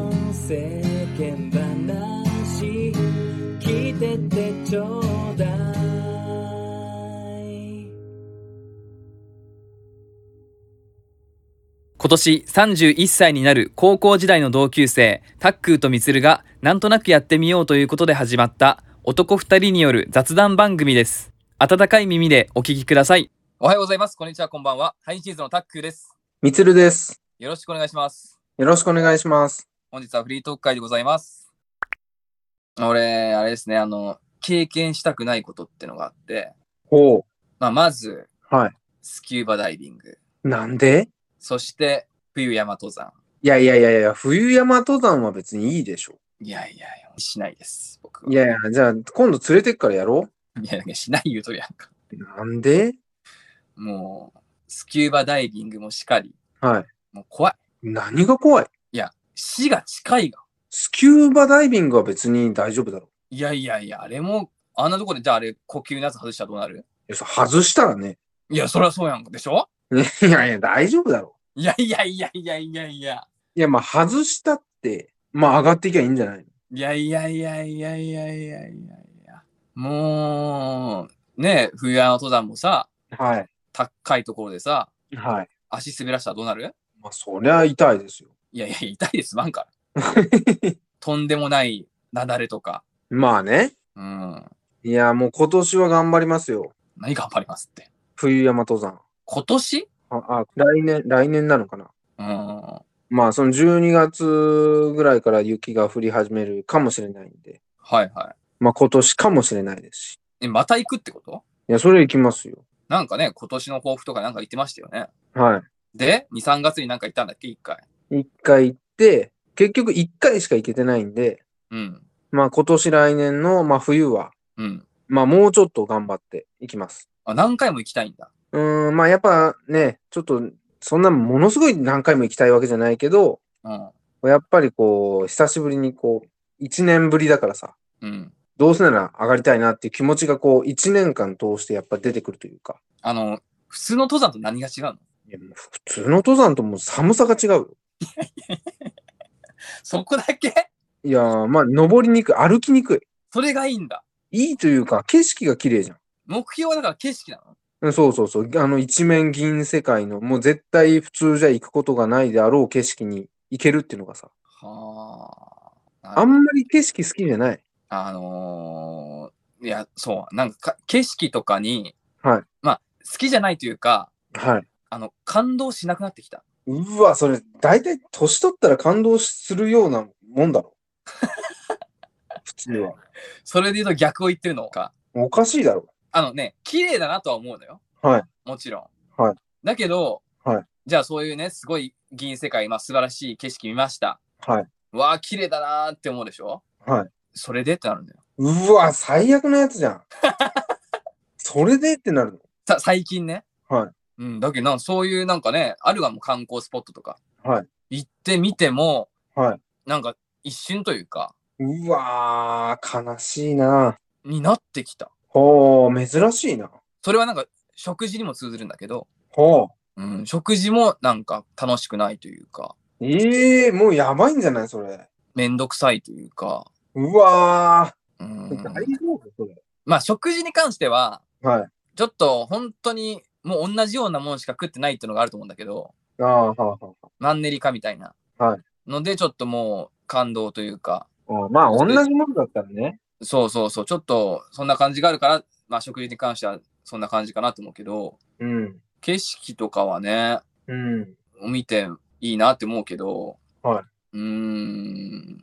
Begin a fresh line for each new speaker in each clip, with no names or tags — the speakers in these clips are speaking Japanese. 世間話聞いててちょうだい
今年31歳になる高校時代の同級生タックーとミツルがなんとなくやってみようということで始まった男二人による雑談番組です温かい耳でお聞きくださいおはようございますこんにちはこんばんはハインシーズのタックーです
みつるです。
よろしくお願いします
よろしくお願いします。
本日はフリートーク会でございます俺あれですねあの経験したくないことってのがあって、
ほ
まあ、まず
う。は
スキューバダイビング
い。なんで
そして冬山登山
いやいやいやいや、冬山登山は別にいいでしょ。
いやいやいやしないです僕はい
やいや、じゃあ今度連れてっからやろ
いやいやしない言うとるやんか
う。なんで
もう、スキューバダイビングもしかり、
はい。
もう怖い。
何が怖い
死が近いが。
スキューバダイビングは別に大丈夫だろう。
いやいやいや、あれも、あんなとこで、じゃああれ、呼吸のやつ外したらどうなる
いや、そ外したらね。
いや、そりゃそうやんか、でしょ
いやいや、大丈夫だろ
いやいやいやいやいやいや。
う。いや、まあ外したって、まあ上がっていきゃいいんじゃないの
いやいやいやいやいやいやいやいや。もう、ねえ、冬山の登山もさ、
はい。
高いところでさ、
はい。
足滑らしたらどうなる
まあそりゃ痛いですよ。
いやいや、痛いです、まんから。とんでもない雪崩とか。
まあね。
うん。
いや、もう今年は頑張りますよ。
何頑張りますって。
冬山登山。
今年
あ、あ来年、来年なのかな
うん。
まあ、その12月ぐらいから雪が降り始めるかもしれないんで、
はいは
まあ今年かもしれないですし。
い。え、また行くってこと
いや、それ行きますよ。
なんかね、今年の抱負とかなんか言ってましたよね。
は
で、2、3月になんか行ったんだっけ、1回。
い。一回行って、結局一回しか行けてないんで、
うん。
まあ今年来年の、まあ冬は、
うん。
まあもうちょっと頑張って行きます。
あ、何回も行きたいんだ。
うーん、まあやっぱね、ちょっと、そんなものすごい何回も行きたいわけじゃないけど、
うん。
やっぱりこう、久しぶりにこう、一年ぶりだからさ、
うん。
どうせなら上がりたいなっていう気持ちがこう、一年間通してやっぱ出てくるというか、
あの、普通の登山と何が違うの
いやもう普通の登山ともう寒さが違うよ。
そこだけ
いやー、まあ、登りにくい、歩きにくい。
それがいいんだ。
いいというか、景色が綺麗じゃん。
目標はだから景色なの
うんそうそうそう。あの、一面銀世界の、もう絶対普通じゃ行くことがないであろう景色に行けるっていうのがさ、
はあ。
あんまり景色好きじゃない。
あのー、いや、そう。なんかか景色とかに、
はい。
まあ、好きじゃないというか、
はい。
あの、感動しなくなってきた。
うわ、それ、大体年取ったら感動するよう なもんだろ。普通は。
それで言うと逆を言ってるのか。
おかしいだろ。
あのね、綺麗だなとは思うのよ。
はい。
もちろん。
はい。
だけど、
はい。
じゃあそういうね、すごい銀世界、まあ素晴らしい景色見ました。
はい。
わあ、綺麗だなーって思うでしょ
はい。
それでってなるんだよ。
うわ、最悪なやつじゃん。 それでってなるの。
さ、最近ね。
はい。
うん、だけどなんかそういうなんかね、あるがもう観光スポットとか。
はい。
行ってみても、
はい。
なんか一瞬というか、
うわー、悲しいな。
になってきた。
ほう、珍しいな。
それはなんか食事にも通ずるんだけど、
ほ
うん、食事もなんか楽しくないというか、
う。ええもうやばいんじゃないそれ。
めんどくさいというか、
うわ
うん
ー、。大丈夫それ。
まあ食事に関しては、
はい。
ちょっと本当にもう同じようなものしか食ってないっていうのがあると思うんだけど、
ああ、はあ、は
マンネリ化みたいな。
はい
ので、ちょっともう感動というか、
あ。あまあ、同じものだったらね。
そうそうそう、ちょっとそんな感じがあるから、まあ食事に関してはそんな感じかなと思うけど、
うん。
景色とかはね、
うん。
見ていいなって思うけど、
は
うーん、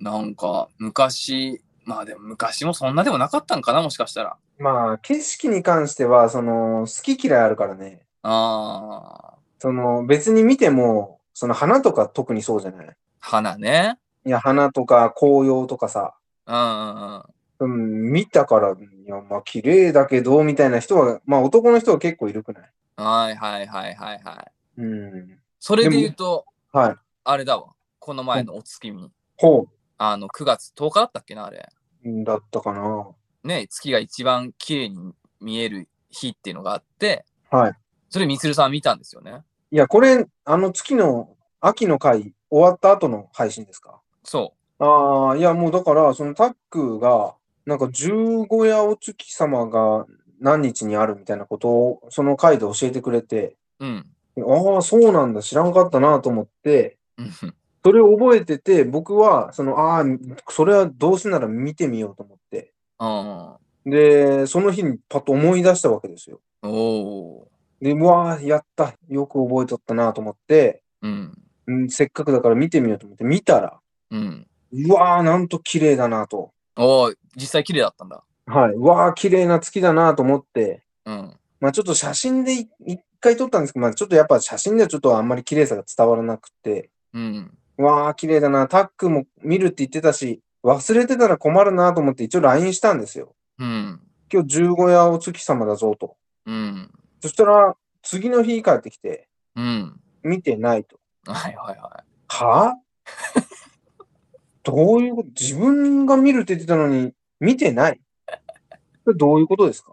なんか昔、まあでも昔もそんなでもなかったんかな、もしかしたら。
まあ、景色に関しては、その、好き嫌いあるからね。
あー、
その、別に見ても、その花とか特にそうじゃない
花ね。
いや、花とか紅葉とかさ、
うんうんうん。
うん、見たから、いや、まあ、綺麗だけど、みたいな人は、まあ、男の人は結構いるくない
はいはいはいはいはい。
うん。
それで言うと、
はい。
あれだわ。この前のお月見。
ほ
あの、9月10日だったっけな、あれ。
う。だったかな。
ね、月が一番綺麗に見える日っていうのがあって、
はい。
それ、みつるさん見たんですよね。
いや、これ、あの月の、秋の回、終わった後の配信ですか
そ
ああ、いや、もうだから、そのタックが、なんか、十五夜お月様が何日にあるみたいなことを、その回で教えてくれて、
う。うん。
ああ、そうなんだ、知らんかったなと思って、
うん
それを覚えてて、僕は、その、ああ、それはどうせなら見てみようと思って、
あ
で、その日にパッと思い出したわけですよ。
あ。おお。
で、うわあ、やった、よく覚えとったなと思って、
うん。
うんせっかくだから見てみようと思って、見たら、
うん。
うわあ、なんと綺麗だなと。
おお、実際綺麗だったんだ。
はい。うわあ、綺麗な月だなと思って、
うん。
まあちょっと写真でい一回撮ったんですけど、まあちょっとやっぱ写真ではちょっとあんまり綺麗さが伝わらなくて、
うん。
うわあ、綺麗だな、タックも見るって言ってたし、忘れてたら困るなと思って一応 LINE したんですよ。
うん。
今日15夜お月様だぞと。
うん。
そしたら、次の日帰ってきて、
うん。
見てないと。
はいはいは
は ぁどういうこと自分が見るって言ってたのに、見てないこれどういうことですか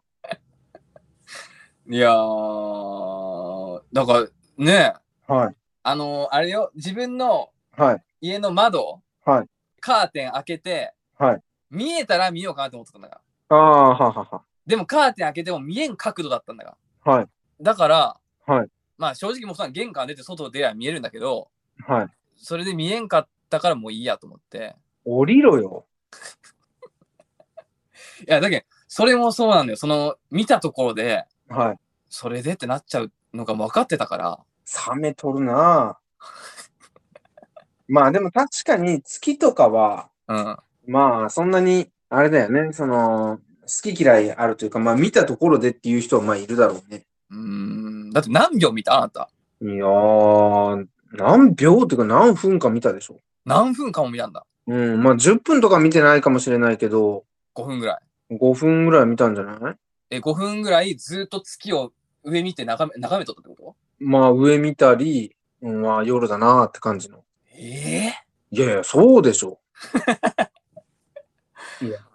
い。いやー、だからね、
はい。
あのーあれよ、自分の
はい。
家の窓、
はい
カーテン開けて、
はい
見えたら見ようかなと思ってたんだから。
ああ、ははは
でもカーテン開けても見えん角度だったんだから。
は。はい。
だから、
はい
まあ正直もうそんな玄関出て外出りゃ見えるんだけど、
はい。
それで見えんかったからもういいやと思って。
降りろよ。
いや、だけど、それもそうなんだよ。その、見たところで、
はい。
それでってなっちゃうのが分かってたから。
サメ取るなぁ まあでも確かに月とかは、
うん。
まあそんなに、あれだよね、その、好き嫌いあるというか、まあ見たところでっていう人はまあいるだろうね。
うーん。だって何秒見たあなた。
いやー、何秒というか何分か見たでしょ。
何分間も見たんだ。
うん、まあ10分とか見てないかもしれないけど、
5分ぐらい。
5分ぐらい見たんじゃない
え、5分ぐらいずっと月を上見て眺め、眺めとったってこと
まあ上見たり、うん、まあ夜だなーって感じの。
ええ
いやいや、そうでしょ。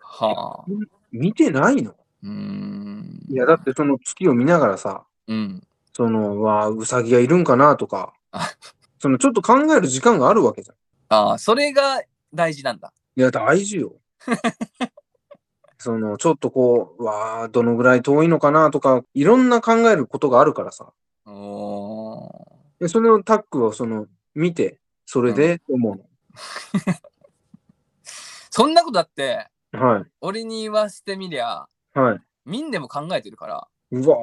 はあ。
見てないの
うーん。
いや、だってその月を見ながらさ、
うん。
その、わあ、うさぎがいるんかなと か
あ、
そのちょっと考える時間があるわけじゃん。
ああ、それが大事なんだ。
いや、大事 よ。その、ちょっとこう、わあ、どのぐらい遠いのかなとか、いろんな考えることがあるからさ。
おー。
でそれをタックをその、見て、それで、思う
そんなことだって、
の。はい。
俺に言わせてみりゃ、
はい。
みんでも考えてるから。
うわ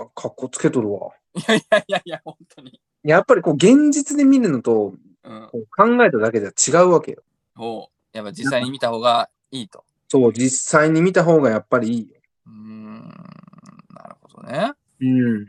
あ、かっこつけとるわ。
いやいやいやいや、本当に。
やっぱりこう、現実で見るのと、
うん。
こう考えただけでは違うわけよ。
おやっぱ実際に見た方がいいと。
そう、実際に見た方がやっぱりいいよ。
うーん。なるほどね。
うん。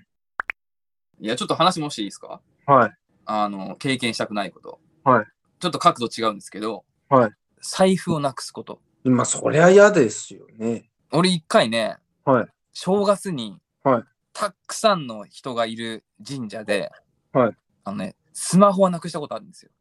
いや、ちょっと話もしていいですか
はい。
あの、経験したくないこと。
はい。
ちょっと角度違うんですけど、
はい。
財布をなくすこと。
まあ、そりゃ嫌ですよね。
俺一回ね、
はい
正月に、
はい
たくさんの人がいる神社で、
はい
あのね、スマホはなくしたことあるんですよ。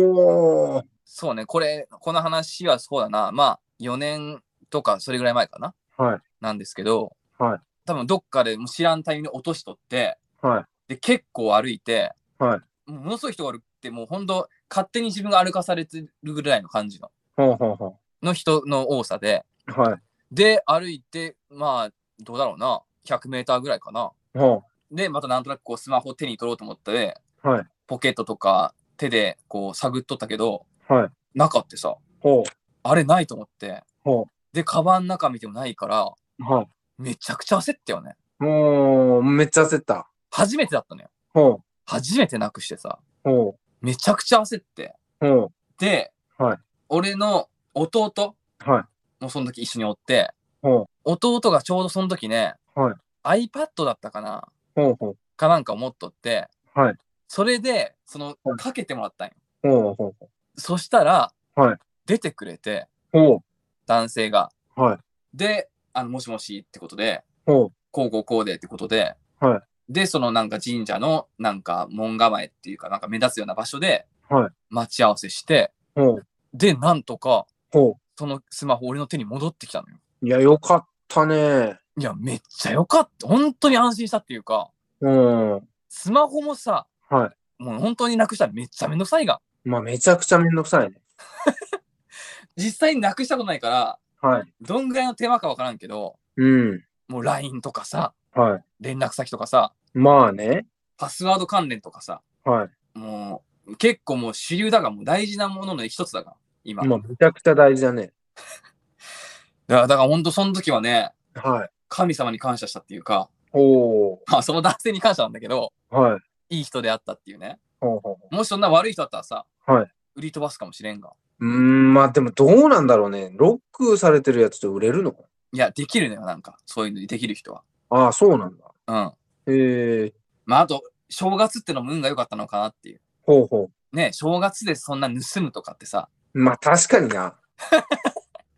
ほー。
そうね、これ、この話はそうだな、まあ、4年とかそれぐらい前かな、
はい。
なんですけど、
はい
多分どっかでもう知らんタイミングで落としとって、
はい。
で、結構歩いて、
はい
もうものすごい人がおるって、もうほんと、勝手に自分が歩かされてるぐらいの感じの、
ほうほうほ
の人の多さで、
う。はい。
で、歩いて、まあ、どうだろうな、100メーターぐらいかな。
ほ
で、またなんとなくこうスマホを手に取ろうと思って、
う。はい。
ポケットとか手でこう探っとったけど、
はい。
なかってさ、
ほ
あれないと思って。
ほ
で、カバンの中見てもないから、
う。はい。
めちゃくちゃ焦ったよね。
もう、めっちゃ焦った。
初めてだったのよ。
ほ
初めてなくしてさ、
う。ほ
めちゃくちゃ焦って。
う。ほ
で、
はい
俺の弟
う。はい。
もその時一緒におって、
ほう。
弟がちょうどその時ね、
は
iPad だったかな
ほうほう。
かなんかを持っとって、
はい
それで、その
はい、
かけてもらったんよ。
ほうほう。
そしたら、
はい
出てくれて、
ほう。
男性が。
はい
で、あの、もしもしってことで、
ほう。
こうこうこうでってことで、
はい
で、そのなんか神社のなんか門構えっていうかなんか目立つような場所で
はい
待ち合わせして、
ほう。
で、なんとか
ほ
そのスマホ俺の手に戻ってきたのよ。
う。いや、よかったね。
いや、めっちゃよかった。本当に安心したっていうか、
うん。
スマホもさ、
は
もう本当になくしたらめっちゃめんどくさいが。
まあ、めちゃくちゃめんどくさいね。
実際になくしたことないから、
はい。
どんぐらいの手間かわからんけど、
うん。
もう LINE とかさ、
はい。
連絡先とかさ、
まあね。
パスワード関連とかさ、
はい。
もう結構もう主流だが、もう大事なものの一つだが、今。
まあ、めちゃくちゃ大事だね。
だから、だから本当その時はね、
はい。
神様に感謝したっていうか、
おー。
まあその男性に感謝なんだけど、
はい。
いい人であったっていうね。
ほうほうほ
もしそんな悪い人だったらさ、
はい
売り飛ばすかもしれんが。
う。うーん、まあでもどうなんだろうね。ロックされてるやつって売れるのか
いや、できるのよ、なんか。そういうのにできる人は。
ああ、そうなんだ。
うん。
へえ。
まああと、正月ってのも運が良かったのかなっていう。
ほうほ
ね、正月でそんな盗むとかってさ、
う。まあ確かに な。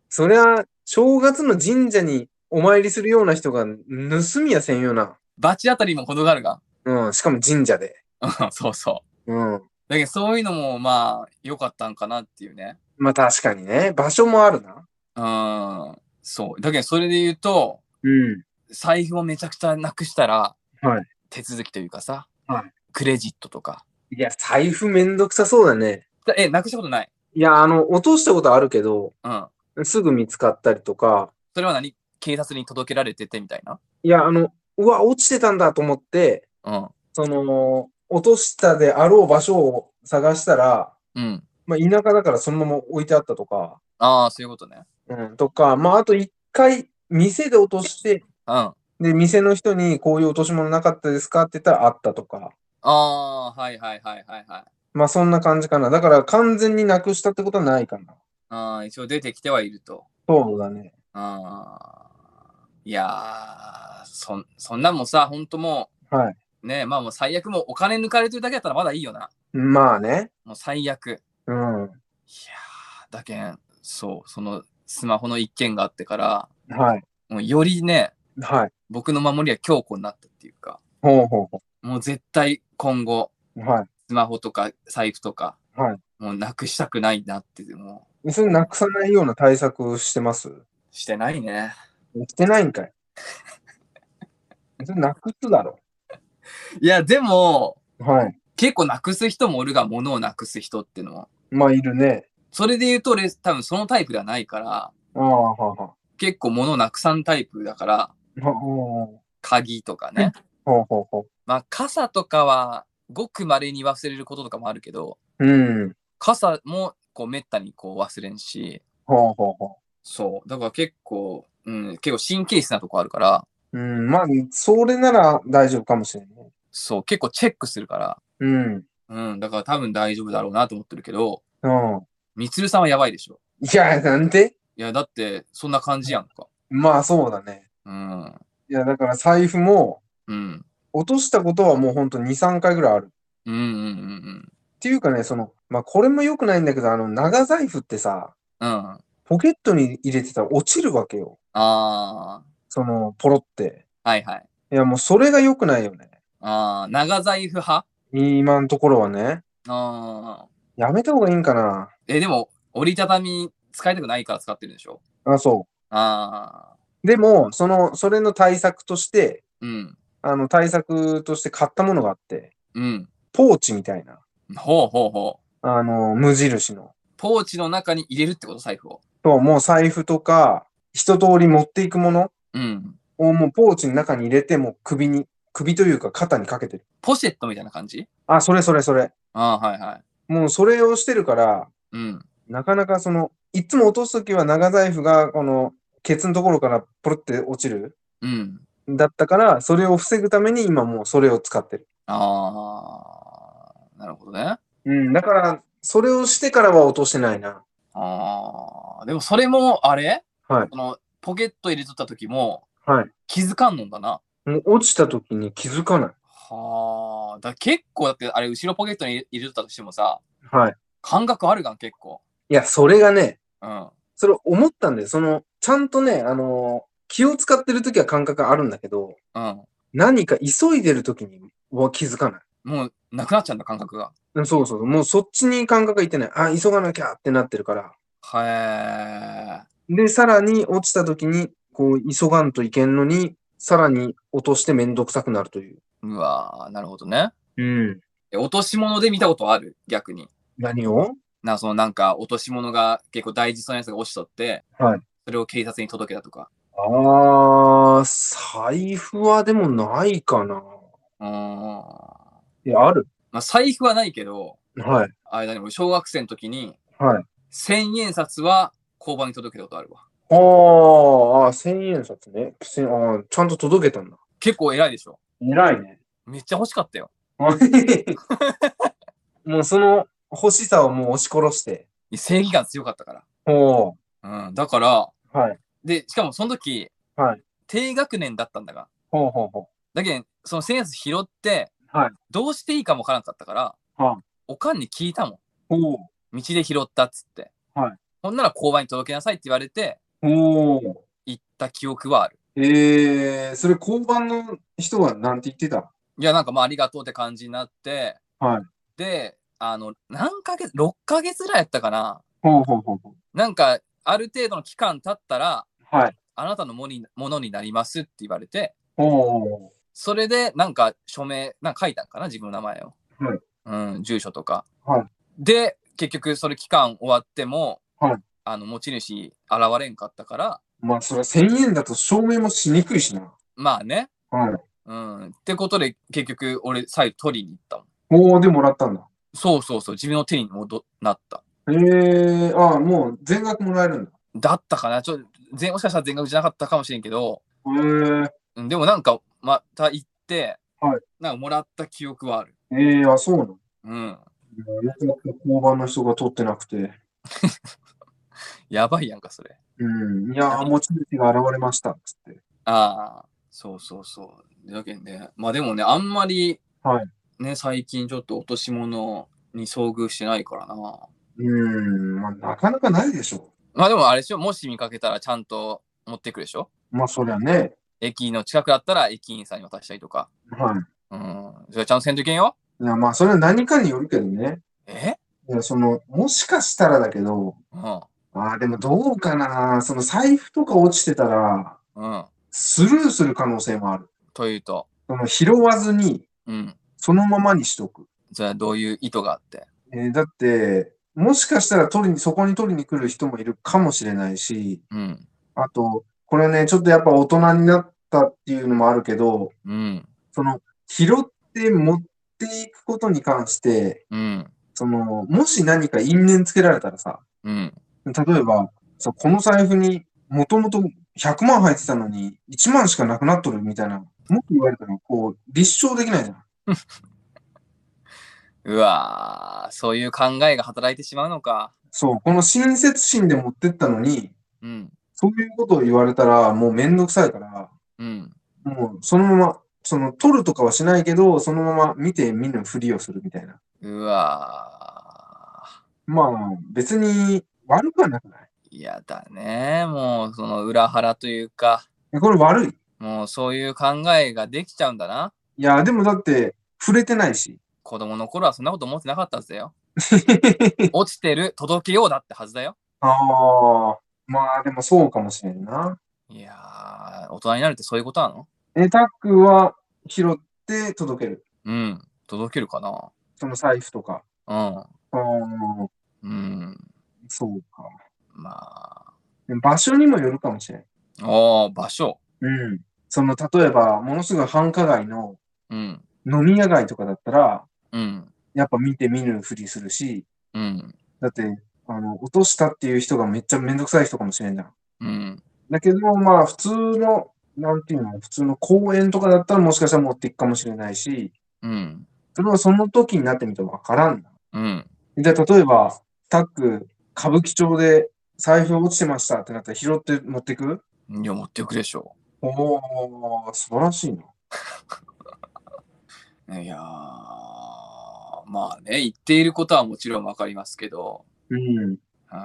そりゃ、正月の神社にお参りするような人が盗みやせんよな。
バチ当たりも程があるが。
うん、しかも神社で。
うんそうそう。
うん。
だけどそういうのもまあ良かったんかなっていうね。
まあ確かにね。場所もあるな。
うん。そう。だけどそれで言うと、
うん。
財布をめちゃくちゃなくしたら、
はい
手続きというかさ、
はい
クレジットとか。
いや、財布めんどくさそうだね。
だえ、なくしたことない。
いや、あの、落としたことあるけど、
うん。
すぐ見つかったりとか、
それは何警察に届けられててみたいな。
いや、あの、うわ、落ちてたんだと思って、
うん。
その、落としたであろう場所を探したら、
うん。
まあ、田舎だからそのまま置いてあったとか、
ああ、そういうことね。
うん、とか、まあ、あと一回、店で落として、
うん。あ
で、店の人にこういう落とし物なかったですかって言ったらあったとか、
あー、はいはいはいはいはい。
まあ、そんな感じかな。だから、完全になくしたってことはないかな。
ああ、一応出てきてはいると。
そうだね。
ああ。いやー、そん、そんなんもさ、ほんとも
はい。
う、ねまあもう最悪もうお金抜かれてるだけだったらまだいいよな。
まあね。
もう最悪。いや
うん。
ー、だけん、そう、そのスマホの一件があってから、
はい。
もうよりね、
はい。
僕の守りは強固になったっていうか、
ほうほうほ
もう絶対今後、
う。はい。
スマホとか財布とか、
はい
もうなくしたくないなって、も
それなくさないような対策してます
うしてないね。
してないんかい。それなくすだろ。
いや、でも、
はい。
結構なくす人もおるが、物をなくす人っていうのも。
まあ、いるね。
それで言うと、俺、多分そのタイプではないから、
ああ、はあは
結構物をなくさんタイプだから、
あ。はあほ
鍵とかね。
うほうほうほ
まあ、傘とかは、ごく稀に忘れることとかもあるけど、
う。うん。
傘も、こう、めったにこう忘れんし、
ほうほうほ
そう。だから結構、うん、結構神経質なとこあるから、
う。うん。まあ、それなら大丈夫かもしれない。
そう、結構チェックするから、
うん。
うん、だから多分大丈夫だろうなと思ってるけど、
うん。
みつるさんはやばいでしょ。
いや、なんで
いや、だって、そんな感じやんか。
まあ、そうだね。
うん。
いや、だから財布も、
うん。
落としたことはもうほんと2、3回ぐらいある。っ
うんうんうん
ていうかね、その、まあ、これも良くないんだけど、あの、長財布ってさ、
うん。うん。あ
ポケットに入れてたら落ちるわけよ。
あ
その、ポロって。
ー、はいはい。
いや、もうそれが良くないよね。
ああ、長財布派
今のところはね。
ああ。
やめた方がいいんかな。
え、でも、折りたたみ使いたくないから使ってるでしょ
あ、そ
ああ、
う。でも、その、それの対策として、
うん。
あの、対策として買ったものがあって、
うん。
ポーチみたいな。
ほうほうほう。
あの、無印の。
ポーチの中に入れるってこと、財布を。
と、もう財布とか、一通り持っていくもの
うん。
をもうポーチの中に入れて、もう首に、首というか肩にかけてる。
ポシェットみたいな感じ
あ、それそれそれ。
ああ、はいはい。
もうそれをしてるから、
うん。
なかなかその、いつも落とすときは長財布が、この、ケツのところからポロって落ちる。
うん。
だったから、それを防ぐために今もうそれを使ってる。
ああ、なるほどね。
うん、だから、それをしてからは落としてないな。
ああ、でもそれも、あれ
はい
このポケット入れとった時も
はい。
気づかんのんだな。
もう落ちた時に気づかない。
はあ、だ結構だってあれ後ろポケットに入れとったとしてもさ、
はい。
感覚あるがん結構。
いや、それがね、
うん。
それ思ったんで、その、ちゃんとね、あのー気を使ってる時は感覚あるんだけど、
うん。
何か急いでる時には気づかない。
もうなくなっちゃうんだ感覚が。
うんそうそう、もうそっちに感覚がいってない。あ、急がなきゃってなってるから。
へえ。
で、さらに落ちた時に、こう、急がんといけんのに、さらに落としてめんどくさくなるという。
うわーなるほどね。
うん。
え落とし物で見たことある逆に。
何を
な、そのなんか落とし物が結構大事そうなやつが落ちとって、
はい
それを警察に届けたとか。
あー、財布はでもないかな。
うーん。
いや、ある。
まあ、財布はないけど、
はい。
あれだね、俺小学生の時に、
はい。
千円札は交番に届けたことあるわ。
あー、あー千円札ね。せんあーちゃんと届けたんだ。
結構偉いでしょ。
偉い ね。
めっちゃ欲しかったよ。
もうその欲しさをもう押し殺して。
いや正義感強かったか
おー。
ら。うん。だから、
はい。
で、しかもその時、
はい
低学年だったんだが。
ほうほうほ
だけど、その千円札拾って、
はい
どうしていいかもわからなかったから、
は
おかんに聞いたもん。
う。おー。
道で拾ったっつって。
はい
ほんなら交番に届けなさいって言われて、
おー。
行った記憶はある。
えー、それ交番の人はなんて言ってた
いや、なんかまあありがとうって感じになって、
はい
で、あの、何ヶ月、6ヶ月ぐらいやったかな。
ほうほうほうほう。
なんか、ある程度の期間経ったら、
はい。
あなたのもにものになりますって言われて、
おー。
それで、なんか、署名、なんか書いたんかな、自分の名前を。
はい
うん、住所とか。
はい
で、結局、それ期間終わっても、
はい
あの、持ち主現れんかったから、
まあ、それは1000円だと証明もしにくいしな。
まあね。
はい。
うん。ってことで、結局、俺、財布取りに行ったもん。
おー、でもらったんだ。
そうそうそう、自分の手に戻なった。
えー、あー、もう全額もらえるんだ。
だったかなちょ、全、もしかしたら全額じゃなかったかもしれんけど、
えー、
うんでもなんか、また行って、
はい
なんかもらった記憶はある。
えー、あ、そうなの。
うん。
よかった交番の人が取ってなくて。
やばいやんか、それ。
うん。いやー、持ち主が現れました。つって。
ああ、そうそうそう。だけんね。まあでもね、あんまり、
はい
ね、最近ちょっと落とし物に遭遇してないからな。
うん、まあ、なかなかないでしょ
まあでもあれでしょ、もし見かけたらちゃんと持ってくるでしょ
う。まあ、そりゃね。
駅の近くだったら駅員さんに渡したりとか。
は
うん。それちゃんとせんといけんよ。
い。いや、まあ、それは何かによるけどね。
え
いや、その、もしかしたらだけど、
うん。
ああ、でもどうかな。その財布とか落ちてたら、
うん。
スルーする可能性もある。
というと、
その拾わずに、
うん。
そのままにしとく。
それはどういう意図があって。
えーだって、もしかしたら取りに、そこに取りに来る人もいるかもしれないし、
うん。
あと、これね、ちょっとやっぱ大人になったっていうのもあるけど、
うん。
その、拾って持っていくことに関して、
うん。
その、もし何か因縁つけられたらさ、
うん。
例えば、さこの財布にもともと100万入ってたのに1万しかなくなっとるみたいな、もっと言われたら、こう、立証できないじゃん。
うわー、そういう考えが働いてしまうのか。
そう、この親切心で持ってったのに、
うん。
そういうことを言われたら、もうめんどくさいから、
うん。
もうそのまま、その、取るとかはしないけど、そのまま見て見ぬふりをするみたいな。
うわ
まあ、別に悪くはなくない
ー、嫌だね。もう、その裏腹というか、
えこれ悪い。
もうそういう考えができちゃうんだな。
いや、でもだって、触れてないし。
子供の頃はそんなこと思ってなかったはずだよ。落ちてる、届けようだってはずだよ。
ああ、まあでもそうかもしれんな。
いやー、大人になるってそういうことなの
え、タックは拾って届ける。
うん。届けるかな。
その財布とか。
うん。
ああ、
うん。
そうか。
ま
場所にもよるかもしれん。
あ。おー、場所。
うん。その、例えば、ものすごい繁華街の
うん。
飲み屋街とかだったら、
うん。
やっぱ見て見ぬふりするし、
うん。
だって、あの、落としたっていう人がめっちゃめんどくさい人かもしれんじゃん。
うん。
だけど、まあ、普通の、なんていうの、普通の公園とかだったらもしかしたら持っていくかもしれないし、
うん。
それはその時になってみてわからんな。
うん。
じゃあ、例えば、タック、歌舞伎町で財布落ちてましたってなったら拾って持ってく
いや、持ってくでしょ。
おおー、素晴らしいな。
いやー、まあね、言っていることはもちろんわかりますけど、
うん。
うん。なん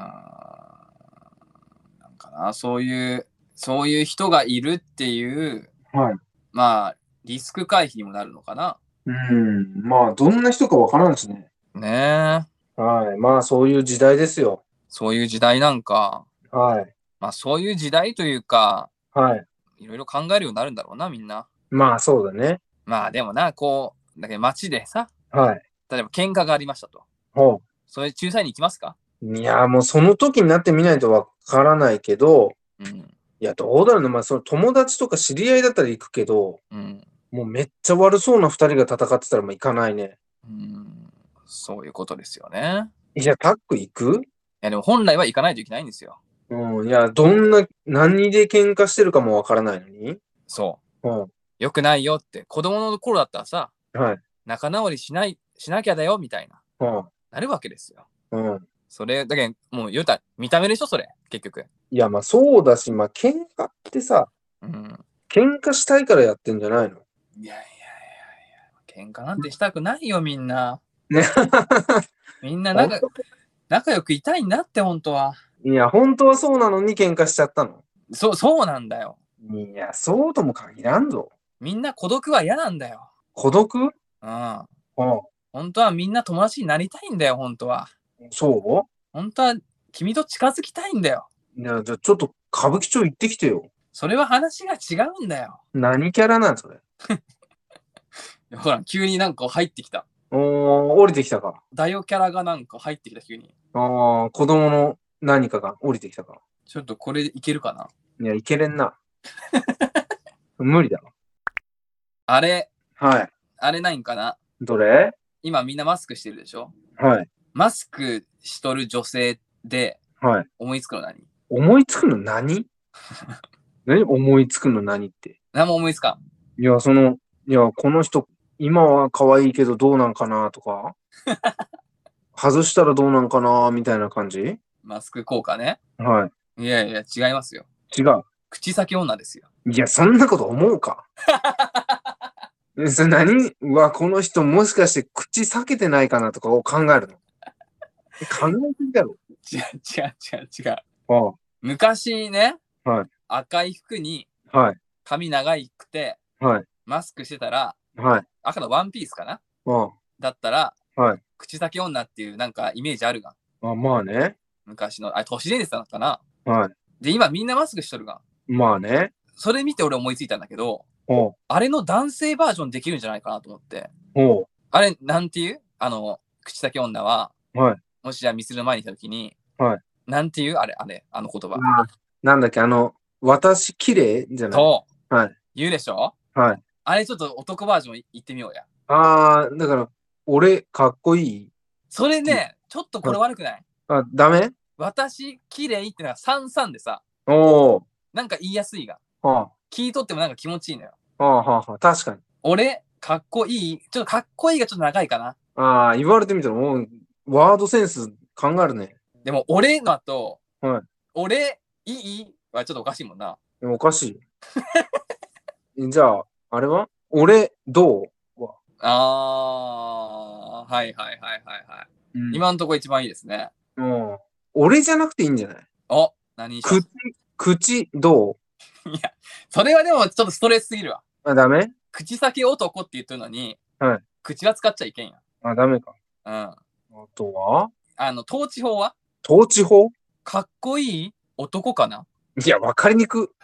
かな、そういう、そういう人がいるっていう、
はい。
まあ、リスク回避にもなるのかな。
うん。まあ、どんな人かわからんしね。
ねえ。
はい。まあ、そういう時代ですよ。
そういう時代なんか、
はい。
まあそういう時代というか、
はい。
いろいろ考えるようになるんだろうな、みんな。
まあ、そうだね。
まあでもな、こう、だけど街でさ、
はい。
例えば喧嘩がありましたと。
ほ
それ仲裁に行きますか
いや、もうその時になってみないとわからないけど、
うん。
いや、どうだろうな、まあ、その友達とか知り合いだったら行くけど、
うん。
もうめっちゃ悪そうな二人が戦ってたらもう行かないね。
うん。そういうことですよね。
いや、タック行く
いや、でも本来は行かないといけないんですよ。
うん、いや、どんな、何で喧嘩してるかもわからないのに。
そうう。良くないよって。子供の頃だったらさ、
ん、はい、
仲直りしない、しなきゃだよ、みたいな。
うん、
なるわけですよ。
うん。
それ、だけど、もう言うたら、見た目でしょ、それ。結局。
いや、まあそうだし、まあ喧嘩ってさ、
うん。
喧嘩したいからやってんじゃない
い
の
やいやいやいや。喧嘩なんてしたくないよ、みんな。
ね
みんな仲、仲良くいたいんだって、本当は。
いや、本当はそうなのに喧嘩しちゃったの。
そう、そうなんだよ。
いや、そうとも限らんぞ。
みんな孤独は嫌なんだよ。
孤独
うん。
うん。
本当はみんな友達になりたいんだよ、本当は。
そ
本当は君と近づきたいんだよ。
ういや、じゃあちょっと歌舞伎町行ってきてよ。
それは話が違うんだよ。
何キャラなんそれ。
ほら、急になんか入ってきた。
おー、降りてきたか。
ダイオキャラがなんか入ってきた、急に。
あー、子供の何かが降りてきたか。
ちょっとこれいけるかない
や、いけれん な。無理だろ。
あれ、
はい。
あれないんかな
どれ
今みんなマスクしてるでしょ
はい。
マスクしとる女性で
はい。
思いつくの何
思いつくの 何何思いつくの何って。
何も思いつかん。
いや、その、いや、この人、今は可愛いけどどうなんかなと か、外したらどうなんかなみたいな感じ
マスク効果ね。
はい
やいや、違いますよ。
い。違う。
口先女ですよ。
いや、そんなこと思う か。えそれ何うわ、この人もしかして口裂けてないかなとかを考える の。え考えすぎだろ。
違う違う違う違う。
あ
昔ね、
はい
赤い服に
あはい。
髪長いくて、
はい
マスクしてたら、
はい。
赤のワンピースかな
あ
だったら、
はい
口先女っていうなんかイメージあるがん。
ああまあね。
昔の、あれ、都市伝説だったかな
は
で、今みんなマスクしとるがん。
い。まあね。
それ見て俺思いついたんだけど、
おう
あれの男性バージョンできるんじゃないかなと思って。
おう
あれ、なんていうあの、口先女は、
はい
もしじゃあミスル前にいた時に、
はい
なんていうあれ、あれ、あの言葉。
あなんだっけ、あの、私綺麗じゃない
そう、
はい
言うでしょ
はい。
あれちょっと男バージョンい言ってみようや。
ああ、だから、俺、かっこいい。
それね、ちょっとこれ悪くない
あ、ダメ
私、綺麗ってのが33でさ、
お
なんか言いやすいが。
おは
聞いとってもなんか気持ちいいのよ。
あ、はあ、はあ、はあ、確かに。
俺、かっこいいちょっとかっこいいがちょっと長いかな。
ああ、言われてみたら、もう、ワードセンス考えるね。
でも、俺の後、
はい
俺、いいはちょっとおかしいもんな。
でもおかしい。えじゃあ、あれは俺、どう、
あー、はいはいはいはいはい。今のとこ一番いいですね。
うん、俺じゃなくていいんじゃない
お、何にしよう
く口、どう
それはでもちょっとストレスすぎるわ。
あ、ダメ
口先男って言ってるのに、
はい
口は使っちゃいけんや。
あ、ダメか。
うん。
あとは
あの、統治法は
統治法
かっこいい男かない
や、わかりにく。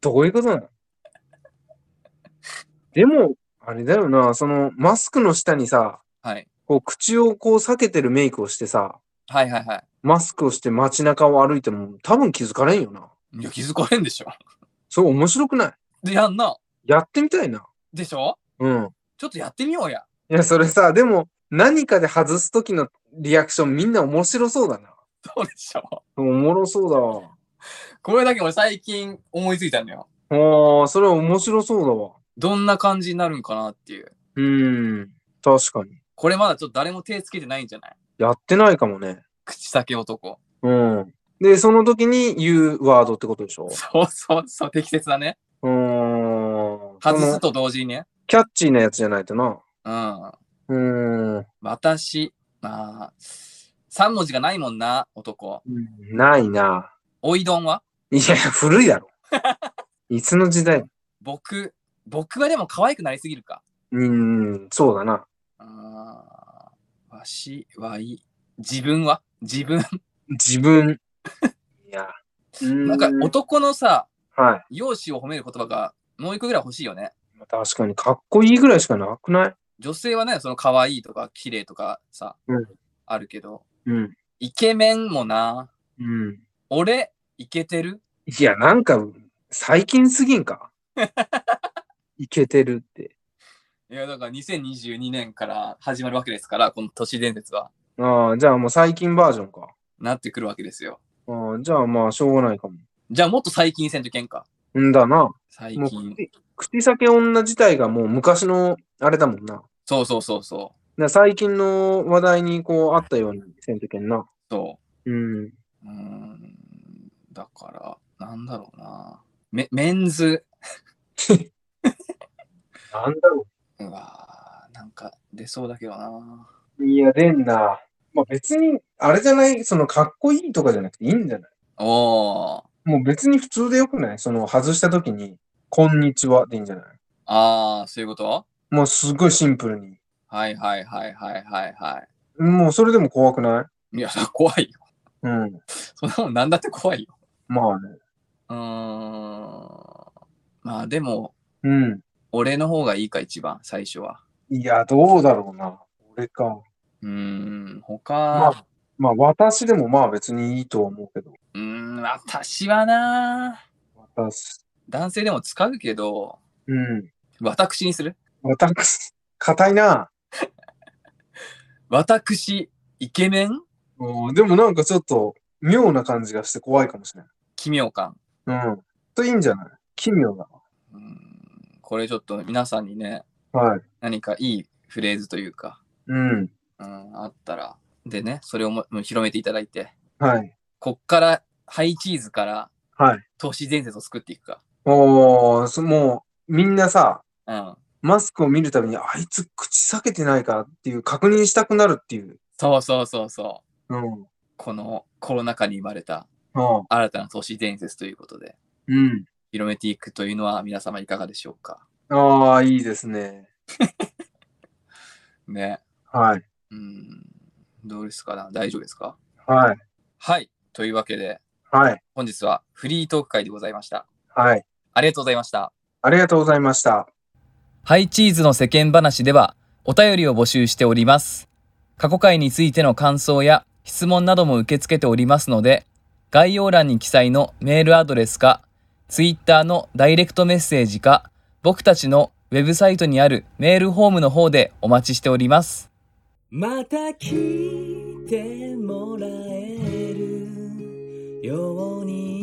どういうことなのでも、あれだよな、その、マスクの下にさ、
はい。
こう、口をこう、避けてるメイクをしてさ、
はいはいは
マスクをして街中を歩いても、多分気づかれんよな。
い。いや、気づかれんでしょ。
それ面白くない
で、やんな。
やってみたいな。
でしょ
うん。
ちょっとやってみようや。
いや、それさ、でも、何かで外すときのリアクションみんな面白そうだな。
そうでしょ。
おもろそうだわ。
これだけ俺最近思いついたのよ。
ああ、それ面白そうだわ。
どんな感じになるんかなっていう。
うーん、確かに。
これまだちょっと誰も手つけてないんじゃない
やってないかもね。
口先男。
うん。で、その時に言うワードってことでしょ
そうそうそう、適切だね。
うーん。
外
そ
す
の
と同時にね。
キャッチーなやつじゃないとな。
うん。
うーん。
私、まあ、3文字がないもんな、男。
ないな。
おいどんはい
や、古いだ ろ。いつの時代
僕、僕はでも可愛くなりすぎるか。
うーん、そうだな。
あーわしはい、自分は自分。
自分。いや。
なんか
お
男のさ、
はい。
容姿を褒める言葉がもう一個ぐらい欲しいよね。
確かに、かっこいいぐらいしかなくない
女性はね、その可愛いとか綺麗とかさ、
うん
あるけど、
うん。
イケメンもな、
うん。
俺、イケてる
いや、なんか、最近すぎん か。いけてるって。
いや、だから2022年から始まるわけですから、この都市伝説は。
ああ、じゃあもう最近バージョンか。
なってくるわけですよ。
ああ、じゃあまあ、しょうがないかも。
じゃあもっと最近せんといけんか。
んだな。
最
もう
近。
口、口裂け女自体がもう昔の、あれだもんな。だか
そうそうそうそう。
ら最近の話題にこう、あったようにせんとけんな。
そ
うん。
う。うーん。だから、なんだろうな。メメンズ。
なんだろ
うわーなんか出そうだけどな。
う。いや、でんな。まあ別に、あれじゃない、その、かっこいいとかじゃなくていいんじゃない
おー。
もう別に普通でよくないその、外した時に、こんにちはでいいんじゃない
あー、そういうこと
もうすごいシンプルに。
はいはいはいはいはいは
もうそれでも怖くない
い。いや、怖いよ。
うん。
そんなもんなんだって怖いよ。
まあね。
うーん。まあでも、
うん。
俺の方がいいか、一番、最初は。
いや、どうだろうな。俺か。
うーん、他、
まあ、まあ私でもまあ別にいいとは思うけど。
うーん、私はな、
私。
男性でも使うけど、
うん。
私にする
私、硬いな。
私、イケメン
うんでもなんかちょっと妙な感じがして怖いかもしれ
奇妙感。
ない。うん。といいんじゃない奇妙だ
うーん、これちょっと皆さんにね、
な。はい。
何かいいフレーズというか、
うん。
うん、あったら、でね、それをももう広めていただいて、
はい。
こっから、ハイチーズから、
はい。
都市伝説を作っていくか。
おー、そもうみんなさ、
うん。
マスクを見るたびに、あいつ口裂けてないかっていう確認したくなるっていう。
そうそうそうそう。
うん。
このコロナ禍に生まれた
ああ
新たな都市伝説ということで、
うん。
広めていくというのは皆様いかがでしょうか。
ああ、いいですね。
ね。
はい。
うん。どうですかな大丈夫ですか
はい。
はい。というわけで、
はい。
本日はフリートーク会でございました。
はい。
ありがとうございました。
ありがとうございました。
ハイチーズの世間話では、お便りを募集しております。過去回についての感想や質問なども受け付けておりますので、概要欄に記載のメールアドレスか、Twitter のダイレクトメッセージか、僕たちのウェブサイトにあるメールフォームの方でお待ちしております。
また来てもらえるように